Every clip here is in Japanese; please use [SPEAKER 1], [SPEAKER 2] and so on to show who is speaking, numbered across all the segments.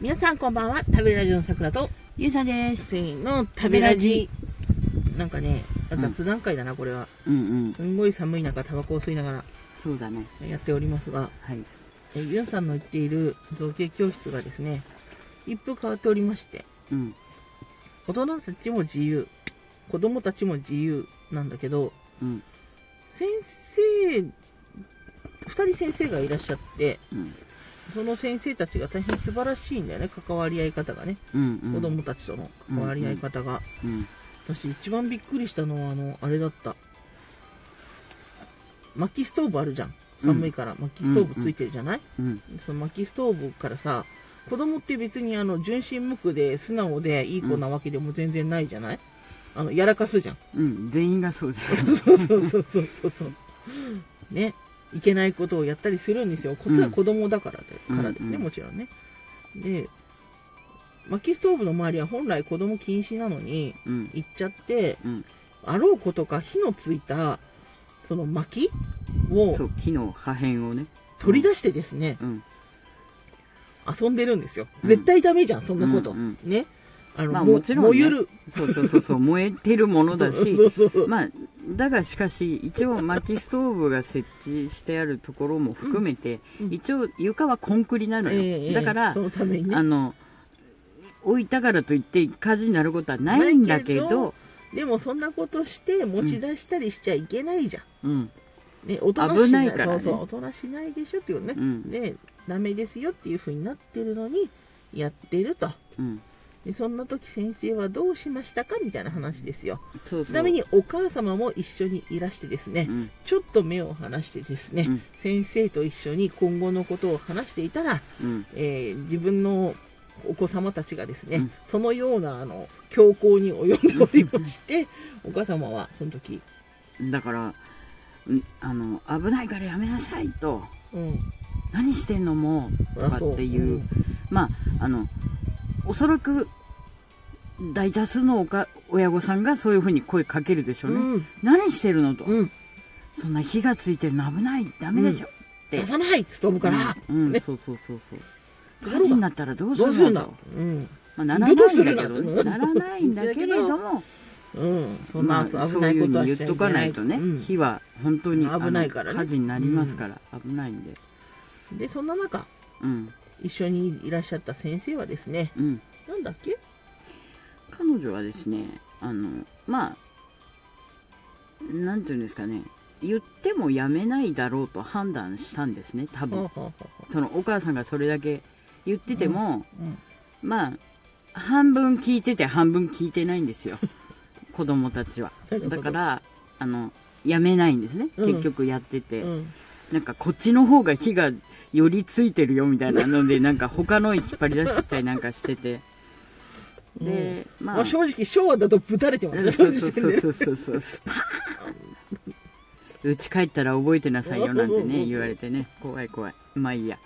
[SPEAKER 1] 皆さんこんばんは食べラジオのさくらと
[SPEAKER 2] ゆうさんです。
[SPEAKER 1] せーの食べラジなんかね雑談会だなこれは
[SPEAKER 2] うんうん。
[SPEAKER 1] すんごい寒い中タバコを吸いなが
[SPEAKER 2] そうだね。
[SPEAKER 1] らやっておりますが
[SPEAKER 2] はい。
[SPEAKER 1] えゆうさんの言っている造形教室がですね一風変わっておりまして
[SPEAKER 2] うん。
[SPEAKER 1] 大人たちも自由子供たちも自由なんだけど
[SPEAKER 2] うん。
[SPEAKER 1] 先生2人先生がいらっしゃって
[SPEAKER 2] うん。
[SPEAKER 1] その先生たちが大変素晴らしいんだよね関わり合い方がね
[SPEAKER 2] うん。うん
[SPEAKER 1] 子供。たちとの関わり合い方が、
[SPEAKER 2] うん。
[SPEAKER 1] 私一番びっくりしたのはあのあれだった薪ストーブあるじゃん
[SPEAKER 2] うん
[SPEAKER 1] 寒いから薪ストーブついてるじゃない、
[SPEAKER 2] うん。
[SPEAKER 1] その薪ストーブからさ子供って別にあの純真無垢で素直でいい子なわけでも全然ないじゃない、あのやらかすじゃん
[SPEAKER 2] うん。全員がそうじゃない。
[SPEAKER 1] そうそうそうそうそうそうねいけないことをやったりするんですよこっちは子供だからで、
[SPEAKER 2] うん
[SPEAKER 1] からですね、
[SPEAKER 2] うんうん
[SPEAKER 1] もちろんねで薪ストーブの周りは本来子供禁止なのに
[SPEAKER 2] うん。
[SPEAKER 1] 行っちゃって
[SPEAKER 2] うん。
[SPEAKER 1] あろうことか火のついたその薪を
[SPEAKER 2] そう、木の破片をね。
[SPEAKER 1] 取り出してですね、
[SPEAKER 2] うん。
[SPEAKER 1] 遊んでるんですよ。
[SPEAKER 2] うん
[SPEAKER 1] 絶対ダメじゃん、そんなこと。
[SPEAKER 2] うんうん
[SPEAKER 1] ね。あの、
[SPEAKER 2] まあ
[SPEAKER 1] も
[SPEAKER 2] もちろんね
[SPEAKER 1] 燃ゆる。
[SPEAKER 2] そうそうそうそう、燃えてるものだ し
[SPEAKER 1] そ。うそうそう。
[SPEAKER 2] まあ、だがしかし、一応薪ストーブが設置してあるところも含めて、
[SPEAKER 1] うんうん
[SPEAKER 2] 一応床はコンクリなのよ。
[SPEAKER 1] ええ
[SPEAKER 2] だから、
[SPEAKER 1] そのために
[SPEAKER 2] あ
[SPEAKER 1] ね。
[SPEAKER 2] の、置いたからといって火事になることはないんだけ
[SPEAKER 1] な
[SPEAKER 2] ど、
[SPEAKER 1] いけどでもそんなことして持ち出したりしちゃいけないじゃん。
[SPEAKER 2] うん、
[SPEAKER 1] ね、大人し
[SPEAKER 2] 危ないからね
[SPEAKER 1] そうそう、大人しないでしょっていうね
[SPEAKER 2] う。ん、
[SPEAKER 1] で、ダメですよっていう風になってるのに、やってると。
[SPEAKER 2] うん。
[SPEAKER 1] でそんな時先生はどうしましたかみたいな話ですよ。
[SPEAKER 2] そうそう。
[SPEAKER 1] ちなみにお母様も一緒にいらしてですね、
[SPEAKER 2] うん、
[SPEAKER 1] ちょっと目を離してですね、
[SPEAKER 2] うん
[SPEAKER 1] 先生と一緒に今後のことを話していたら、
[SPEAKER 2] うん、
[SPEAKER 1] えー自分のお子様たちがですね、
[SPEAKER 2] うん
[SPEAKER 1] そのようなあの強行に及んでおりまして、お母様はその時、
[SPEAKER 2] だから、うんあの、危ないからやめなさいと、
[SPEAKER 1] うん、
[SPEAKER 2] 何してんのもう、とかっていう、まあ、あの、おそらく、大多数のおか親御さんがそういうふうに声かけるでしょ
[SPEAKER 1] う
[SPEAKER 2] うね。
[SPEAKER 1] ん、うん、
[SPEAKER 2] 何してるのと、
[SPEAKER 1] うん、
[SPEAKER 2] そんな火がついてるの危ない、ダメでしょ。って
[SPEAKER 1] 出さないストーブから、
[SPEAKER 2] うん、うん
[SPEAKER 1] ね
[SPEAKER 2] そうそうそうそう。
[SPEAKER 1] ところ
[SPEAKER 2] 火
[SPEAKER 1] が
[SPEAKER 2] 事になったらどうす
[SPEAKER 1] ど
[SPEAKER 2] る
[SPEAKER 1] うするん
[SPEAKER 2] ん
[SPEAKER 1] だ
[SPEAKER 2] だ、
[SPEAKER 1] うん、
[SPEAKER 2] まあ、ならないん
[SPEAKER 1] ど
[SPEAKER 2] だけど
[SPEAKER 1] うする
[SPEAKER 2] ね。
[SPEAKER 1] んだ
[SPEAKER 2] ならないんだけれども、
[SPEAKER 1] うん、そん
[SPEAKER 2] ま
[SPEAKER 1] な
[SPEAKER 2] あ、
[SPEAKER 1] 危
[SPEAKER 2] そう
[SPEAKER 1] ない
[SPEAKER 2] い
[SPEAKER 1] こ
[SPEAKER 2] う
[SPEAKER 1] と
[SPEAKER 2] の
[SPEAKER 1] は
[SPEAKER 2] 言
[SPEAKER 1] しちゃ
[SPEAKER 2] っ
[SPEAKER 1] い
[SPEAKER 2] と
[SPEAKER 1] け
[SPEAKER 2] か
[SPEAKER 1] な
[SPEAKER 2] ないいとね、
[SPEAKER 1] うん
[SPEAKER 2] 火は本当に
[SPEAKER 1] うん危ないからね
[SPEAKER 2] あの火事になりますから、危ないんで。
[SPEAKER 1] で、そんな中、
[SPEAKER 2] うん、
[SPEAKER 1] 一緒にいらっしゃった先生はですね、
[SPEAKER 2] うん。
[SPEAKER 1] なんだっけ
[SPEAKER 2] 彼女はですね、あの、まあ、なんていうんですかね、言ってもやめないだろうと判断したんですね、多
[SPEAKER 1] ほう
[SPEAKER 2] 分。
[SPEAKER 1] ほうほうほ
[SPEAKER 2] そのお母さんがそれだけ言ってても、
[SPEAKER 1] ううん
[SPEAKER 2] まあ、半分聞いてて半分聞いてないんですよ。 子供たちは。
[SPEAKER 1] なるほど
[SPEAKER 2] だから、あの、やめないんですね。
[SPEAKER 1] うん
[SPEAKER 2] 結局やってて。
[SPEAKER 1] うん
[SPEAKER 2] なんかこっちの方が火がよりついてるよみたいなので、なんか他の引っ張り出してきたりなんかしてて。で、ま
[SPEAKER 1] ま
[SPEAKER 2] あ、
[SPEAKER 1] あ、正直昭和だとぶたれてます
[SPEAKER 2] そう
[SPEAKER 1] ね。
[SPEAKER 2] そうそ
[SPEAKER 1] その
[SPEAKER 2] う
[SPEAKER 1] 時点で
[SPEAKER 2] そうそうそう、スパーンうち帰ったら覚えてなさいよなんて
[SPEAKER 1] うんうんうんう
[SPEAKER 2] ね、
[SPEAKER 1] ん
[SPEAKER 2] 言われてね、怖い怖い。まあいいや。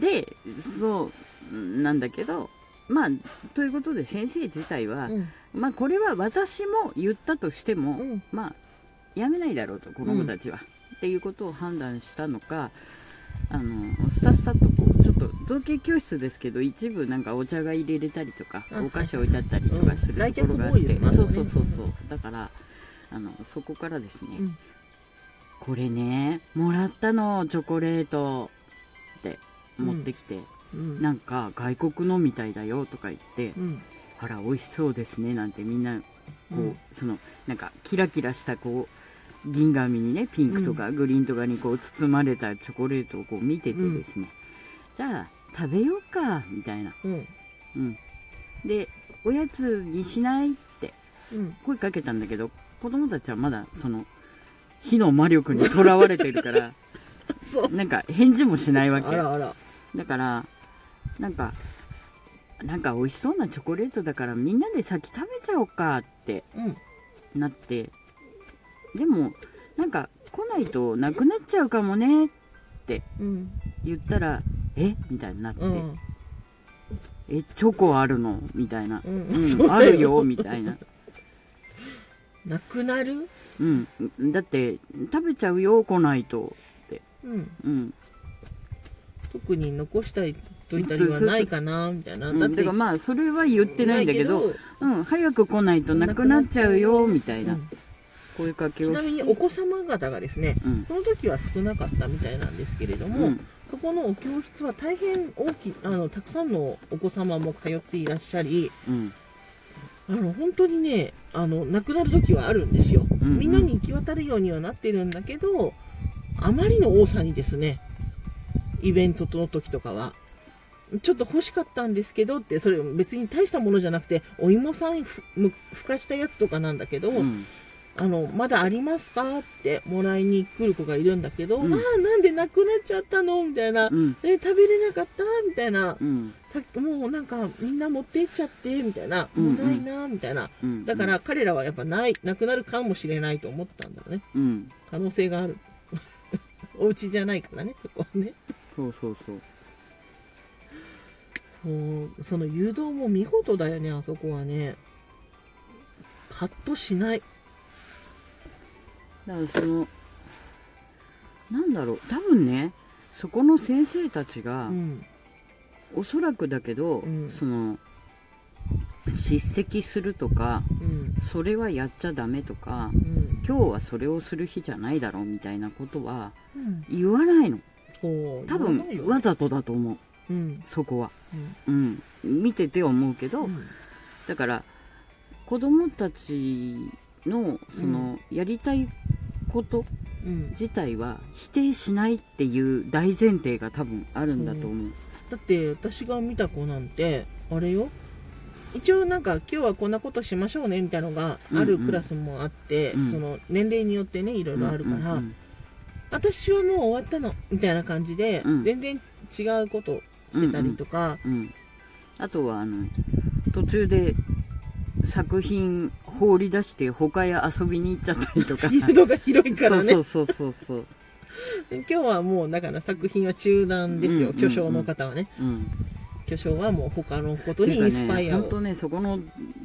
[SPEAKER 2] で、そう、なんだけど、まあ、ということで先生自体は、まあこれは私も言ったとしても、
[SPEAKER 1] うん
[SPEAKER 2] まあやめないだろうと子供たちは、っていうことを判断したのかあのスタスタっとこうちょっと造形教室ですけど一部なんかお茶が入れれたりとか
[SPEAKER 1] あ
[SPEAKER 2] お菓子置いてあったりとかす
[SPEAKER 1] は
[SPEAKER 2] る
[SPEAKER 1] い
[SPEAKER 2] ところがあ
[SPEAKER 1] 来客も
[SPEAKER 2] って、
[SPEAKER 1] 多いですね
[SPEAKER 2] そうそうそうそうだからあのそこからですね、
[SPEAKER 1] うん
[SPEAKER 2] これねもらったのチョコレートって持ってきて、
[SPEAKER 1] うん
[SPEAKER 2] なんか外国のみたいだよとか言って、
[SPEAKER 1] うん
[SPEAKER 2] あら美味しそうですねなんてみんなこう、
[SPEAKER 1] うん
[SPEAKER 2] そのなんかキラキラしたこう銀紙にねピンクとかグリーンとかにこう包まれたチョコレートをこう見ててですね、じゃあ食べようかみたいな、
[SPEAKER 1] うん
[SPEAKER 2] うん、でおやつにしないって
[SPEAKER 1] うん
[SPEAKER 2] 声かけたんだけど子供たちはまだその火の魔力にとらわれてるから
[SPEAKER 1] そう
[SPEAKER 2] なんか返事もしない
[SPEAKER 1] あ
[SPEAKER 2] わけ
[SPEAKER 1] らあら
[SPEAKER 2] だから、なんか、なんか美味しそうなチョコレートだからみんなで先食べちゃおうかって
[SPEAKER 1] うん
[SPEAKER 2] なって、でも、なんか来ないとなくなっちゃうかもねって
[SPEAKER 1] うん
[SPEAKER 2] 言ったら、えみたいになって、
[SPEAKER 1] うん
[SPEAKER 2] え、チョコあるのみたいな。
[SPEAKER 1] うん
[SPEAKER 2] うん、あるよ、みたいな。
[SPEAKER 1] なくなる
[SPEAKER 2] うん。だって、食べちゃうよ、来ないと。
[SPEAKER 1] うん
[SPEAKER 2] うん。
[SPEAKER 1] 特に残したいといたりはないかなみたいな、
[SPEAKER 2] うん
[SPEAKER 1] だっ
[SPEAKER 2] だ
[SPEAKER 1] て
[SPEAKER 2] からまあそれは言ってないんだけど
[SPEAKER 1] ない
[SPEAKER 2] うん、早く来ないとなくなっちゃうよみたいな
[SPEAKER 1] うん
[SPEAKER 2] 声かけ
[SPEAKER 1] ち
[SPEAKER 2] を
[SPEAKER 1] なみにお子様方がですね
[SPEAKER 2] うん
[SPEAKER 1] その時は少なかったみたいなんですけれども、
[SPEAKER 2] うん
[SPEAKER 1] そこのお教室は大変大きいあのたくさんのお子様も通っていらっしゃり
[SPEAKER 2] うん
[SPEAKER 1] あの本当にねあの亡くなる時はあるんですよ、
[SPEAKER 2] うんうん
[SPEAKER 1] みんなに行き渡るようにはなってるんだけどあまりの多さにですねイベントの時とかはちょっと欲しかったんですけどってそれ別に大したものじゃなくてお芋さんふむふかしたやつとかなんだけど、
[SPEAKER 2] うん
[SPEAKER 1] あの、まだありますかってもらいに来る子がいるんだけど、
[SPEAKER 2] うん
[SPEAKER 1] まあ、なんでなくなっちゃったのみたいな。
[SPEAKER 2] うん
[SPEAKER 1] え、食べれなかったみたいな。
[SPEAKER 2] うん
[SPEAKER 1] さっきもうなんか、みんな持っていっちゃって、みたいな。
[SPEAKER 2] うんうん
[SPEAKER 1] もうないな、みたいな。
[SPEAKER 2] うん
[SPEAKER 1] だから彼らはやっぱない、なくなるかもしれないと思ったんだよね。
[SPEAKER 2] うん
[SPEAKER 1] 可能性がある。 お家じゃないからね、そこはね。
[SPEAKER 2] そうそうそう
[SPEAKER 1] そうその誘導も見事だよね、あそこはね。カッとしない。
[SPEAKER 2] だからそのなんだろう多分ねそこの先生たち
[SPEAKER 1] う
[SPEAKER 2] が、
[SPEAKER 1] ん。
[SPEAKER 2] おそらくだけど、
[SPEAKER 1] うん
[SPEAKER 2] その叱責するとか
[SPEAKER 1] うん。
[SPEAKER 2] それはやっちゃダメとか
[SPEAKER 1] うん。
[SPEAKER 2] 今日はそれをする日じゃないだろうみたいなことは
[SPEAKER 1] うん。
[SPEAKER 2] 言わないの
[SPEAKER 1] そう。
[SPEAKER 2] 多
[SPEAKER 1] 言わない
[SPEAKER 2] 分
[SPEAKER 1] よ
[SPEAKER 2] わざとだと思う
[SPEAKER 1] うん
[SPEAKER 2] そこは
[SPEAKER 1] うん
[SPEAKER 2] うん見てて思うけど、
[SPEAKER 1] うん
[SPEAKER 2] だから子供たちのその、やりたいこと
[SPEAKER 1] うん
[SPEAKER 2] 自体は否定しないっていう大前提が多分あるんだと思う、
[SPEAKER 1] だって私が見た子なんてあれよ一応なんか今日はこんなことしましょうねみたいなのがある
[SPEAKER 2] うんうん
[SPEAKER 1] クラスもあって、
[SPEAKER 2] うん
[SPEAKER 1] その年齢によってねいろいろあるから、
[SPEAKER 2] うん
[SPEAKER 1] 私はもう終わったのみたいな感じで、
[SPEAKER 2] うん
[SPEAKER 1] 全然違うこと
[SPEAKER 2] うんうん
[SPEAKER 1] してたりとか、
[SPEAKER 2] うん、あとはあの途中で作品放り出して他へ遊びに行っちゃったりとか
[SPEAKER 1] フィールドが広いからね
[SPEAKER 2] そうそうそうそうそう、
[SPEAKER 1] 今日はもうだから作品は中断ですよ、
[SPEAKER 2] うん
[SPEAKER 1] 巨匠の方はね
[SPEAKER 2] うん、
[SPEAKER 1] 巨匠はもう他のこと
[SPEAKER 2] て
[SPEAKER 1] に
[SPEAKER 2] いう
[SPEAKER 1] イ
[SPEAKER 2] か
[SPEAKER 1] ンスパイ
[SPEAKER 2] ね
[SPEAKER 1] アを、
[SPEAKER 2] 本当ねそこの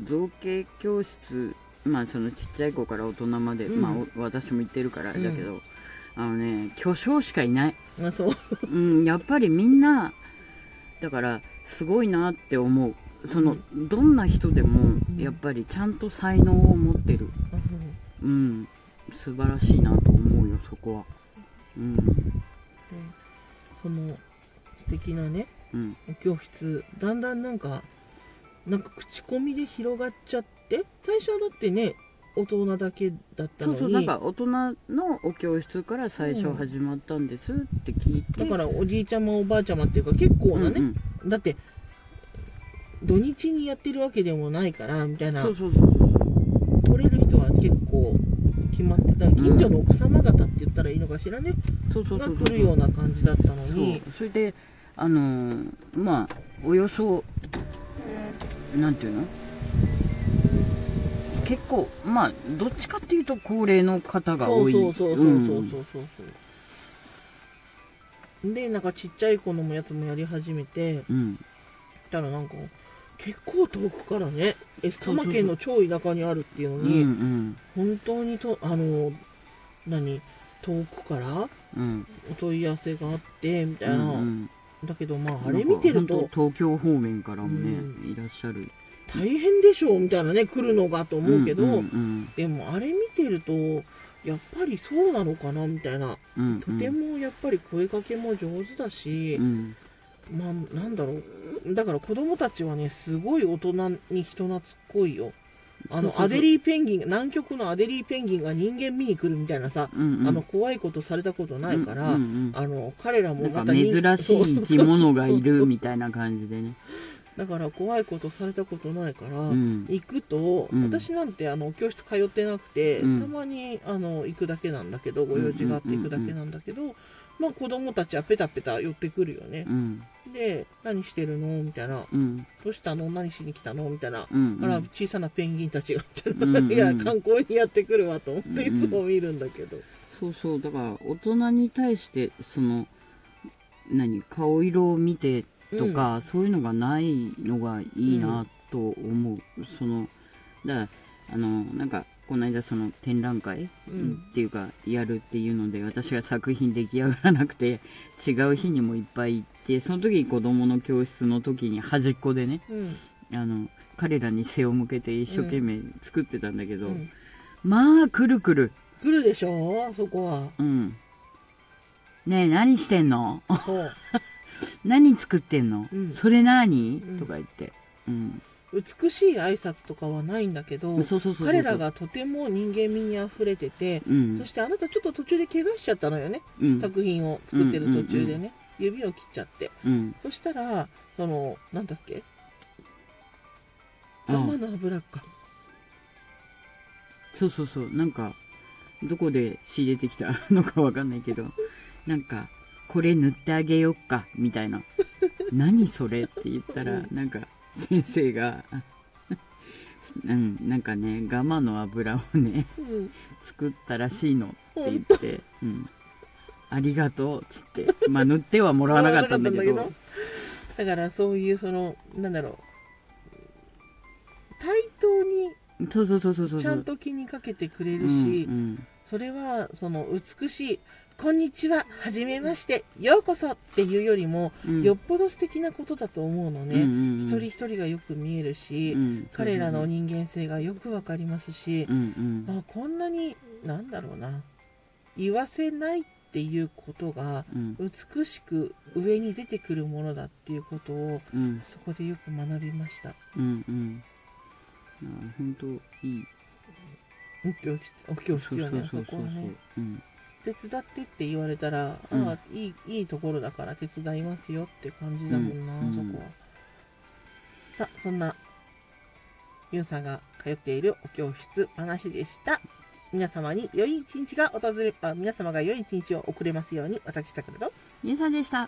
[SPEAKER 2] 造形教室まあそのちっちゃい子から大人まで、
[SPEAKER 1] うん
[SPEAKER 2] まあお私も行ってるからあれだけど、
[SPEAKER 1] う
[SPEAKER 2] あのね巨匠しかいない、
[SPEAKER 1] まあそう
[SPEAKER 2] うん、やっぱりみんなだからすごいなって思うその、どんな人でも
[SPEAKER 1] うん
[SPEAKER 2] やっぱりちゃんと才能を持ってるうん、素晴らしいなと思うよ、そこは。うん、
[SPEAKER 1] でその素敵なね
[SPEAKER 2] うん、
[SPEAKER 1] 教室だんだんなんかなんか口コミで広がっちゃって最初はだってね大人だけだった
[SPEAKER 2] そ
[SPEAKER 1] の
[SPEAKER 2] う
[SPEAKER 1] に
[SPEAKER 2] そう、なんか大人のお教室から最初始まったんですって聞いて、
[SPEAKER 1] だからおじいちゃまおばあちゃまっていうか結構なね、
[SPEAKER 2] うん
[SPEAKER 1] だって土日にやってるわけでもないからみたい
[SPEAKER 2] うん
[SPEAKER 1] な
[SPEAKER 2] そうそうそう
[SPEAKER 1] 来れる人は結構決まってた近所の奥様方って言ったらいいのかしらね、
[SPEAKER 2] そう、そうそう
[SPEAKER 1] が
[SPEAKER 2] そうそう、
[SPEAKER 1] 来るような感じだったの
[SPEAKER 2] そう
[SPEAKER 1] に、
[SPEAKER 2] それで、あのーまあ、およそ、なんていうの結構、まあ、どっちかっていうと高齢の方が
[SPEAKER 1] そ
[SPEAKER 2] 多
[SPEAKER 1] う
[SPEAKER 2] い。
[SPEAKER 1] そうそうそうそうそ
[SPEAKER 2] ん
[SPEAKER 1] うそうそうでなんかちっちゃい子のもやつもやり始めて
[SPEAKER 2] うん、
[SPEAKER 1] ったらなんか結構遠くからねエストマ県の超田舎にあるっていうの
[SPEAKER 2] うん、う
[SPEAKER 1] に、
[SPEAKER 2] ん、
[SPEAKER 1] 本当にとあの何遠くから
[SPEAKER 2] うん、
[SPEAKER 1] お問い合わせがあってみたいな、
[SPEAKER 2] うんうん
[SPEAKER 1] だけどまああれ見てる
[SPEAKER 2] なん
[SPEAKER 1] と
[SPEAKER 2] か本当東京方面からもね、
[SPEAKER 1] う
[SPEAKER 2] いらっしゃる
[SPEAKER 1] 大変でしょうみたいなね来るのがと思うけど、
[SPEAKER 2] うんうん
[SPEAKER 1] でもあれ見てるとやっぱりそうなのかなみたいな
[SPEAKER 2] うんうん
[SPEAKER 1] とてもやっぱり声かけも上手だし
[SPEAKER 2] う、ん
[SPEAKER 1] まあなんだろうだから子供たちはねすごい大人に人懐っこいよあの
[SPEAKER 2] そうそうそう
[SPEAKER 1] アデリーペンギン南極のアデリーペンギンが人間見に来るみたいなさ、
[SPEAKER 2] うんうん
[SPEAKER 1] あの怖いことされたことないから、
[SPEAKER 2] うんうん
[SPEAKER 1] あの彼らも
[SPEAKER 2] な
[SPEAKER 1] また
[SPEAKER 2] んか
[SPEAKER 1] 人
[SPEAKER 2] 珍しい生き物がいるみ
[SPEAKER 1] い
[SPEAKER 2] たいな感じでね
[SPEAKER 1] だから怖いことされたことないから、
[SPEAKER 2] うん
[SPEAKER 1] 行くと、
[SPEAKER 2] うん
[SPEAKER 1] 私なんてあの教室通ってなくて、
[SPEAKER 2] うん
[SPEAKER 1] たまにあの行くだけなんだけどご用事があって行くだけなんだけど、まあ、子供たちはペタペタ寄ってくるよね
[SPEAKER 2] う、ん
[SPEAKER 1] で何してるのみたいな
[SPEAKER 2] うん
[SPEAKER 1] どうしたの何しに来たのみたいな。
[SPEAKER 2] うん
[SPEAKER 1] あら、小さなペンギンたちが、
[SPEAKER 2] うんうん
[SPEAKER 1] いや、観光にやってくるわと思って、
[SPEAKER 2] うんうん
[SPEAKER 1] いつも見るんだけど。
[SPEAKER 2] そうそうだから大人に対してその何顔色を見てとか、そういうのがないのがいいなと思う、そのだからあのなんかこの間その展覧会、
[SPEAKER 1] うん
[SPEAKER 2] っていうかやるっていうので私が作品出来上がらなくて違う日にもいっぱい行ってその時に子供の教室の時に端っこでね
[SPEAKER 1] うん
[SPEAKER 2] あの彼らに背を向けて一生懸命作ってたんだけ
[SPEAKER 1] う
[SPEAKER 2] ど、
[SPEAKER 1] ん、
[SPEAKER 2] まあくるくる
[SPEAKER 1] 来るでしょそこ は
[SPEAKER 2] うんねえ何してんの
[SPEAKER 1] そう
[SPEAKER 2] 何作ってんの、
[SPEAKER 1] うん
[SPEAKER 2] それ何、
[SPEAKER 1] うん
[SPEAKER 2] とか言って、うん、
[SPEAKER 1] 美しい挨拶とかはないんだけど
[SPEAKER 2] そうそうそうそう
[SPEAKER 1] 彼ら、がとても人間味にあふれてて、
[SPEAKER 2] うん
[SPEAKER 1] そしてあなたちょっと途中で怪我しちゃったのよね、
[SPEAKER 2] うん
[SPEAKER 1] 作品を作ってる途中でね、指を切っちゃって
[SPEAKER 2] うん、
[SPEAKER 1] そしたらそのなんだっけ
[SPEAKER 2] あ
[SPEAKER 1] 生の油か
[SPEAKER 2] そうそうそうなんかどこで仕入れてきた のかわかんないけどなんかこれ塗ってあげよっかみた いな何それって言ったら
[SPEAKER 1] う
[SPEAKER 2] なんか先生が うんなんかねガマの油をね
[SPEAKER 1] うん
[SPEAKER 2] 作ったらしいのって言って、うん、ありがとうっつってまあ塗ってはもらわなかったんだけ
[SPEAKER 1] もらわな
[SPEAKER 2] ど
[SPEAKER 1] かったんだけどだからそういうそのなんだろう対等
[SPEAKER 2] そうそうそうそうそう
[SPEAKER 1] にちゃんと気にかけてくれ
[SPEAKER 2] う
[SPEAKER 1] るし、
[SPEAKER 2] ん
[SPEAKER 1] それはその美しい「こんにちははじめましてようこそ」っていうよりも、
[SPEAKER 2] うん、
[SPEAKER 1] よっぽど素敵なことだと思うのね、
[SPEAKER 2] うんうんうん
[SPEAKER 1] 一人一人がよく見えるし、
[SPEAKER 2] うん
[SPEAKER 1] 彼らの
[SPEAKER 2] うん
[SPEAKER 1] 人間性がよくわかりますし
[SPEAKER 2] う、ん
[SPEAKER 1] あこんなになんだろうな言わせないっていうことが
[SPEAKER 2] うん
[SPEAKER 1] 美しく上に出てくるものだっていうことを
[SPEAKER 2] うん
[SPEAKER 1] そこでよく学びました。
[SPEAKER 2] うんうん。あ本当いい。
[SPEAKER 1] うん教室お教室よね、そこはね。
[SPEAKER 2] うん。
[SPEAKER 1] 手伝ってって言われたら、
[SPEAKER 2] うん
[SPEAKER 1] ああいいいいところだから手伝いますよって感じだもんな、
[SPEAKER 2] うんうん
[SPEAKER 1] そこはさあそんなゆうさんが通っているお教室話でした皆様に良い一日が訪れあ皆様が良い一日を送れますように私さくらと
[SPEAKER 2] ゆうさんでした。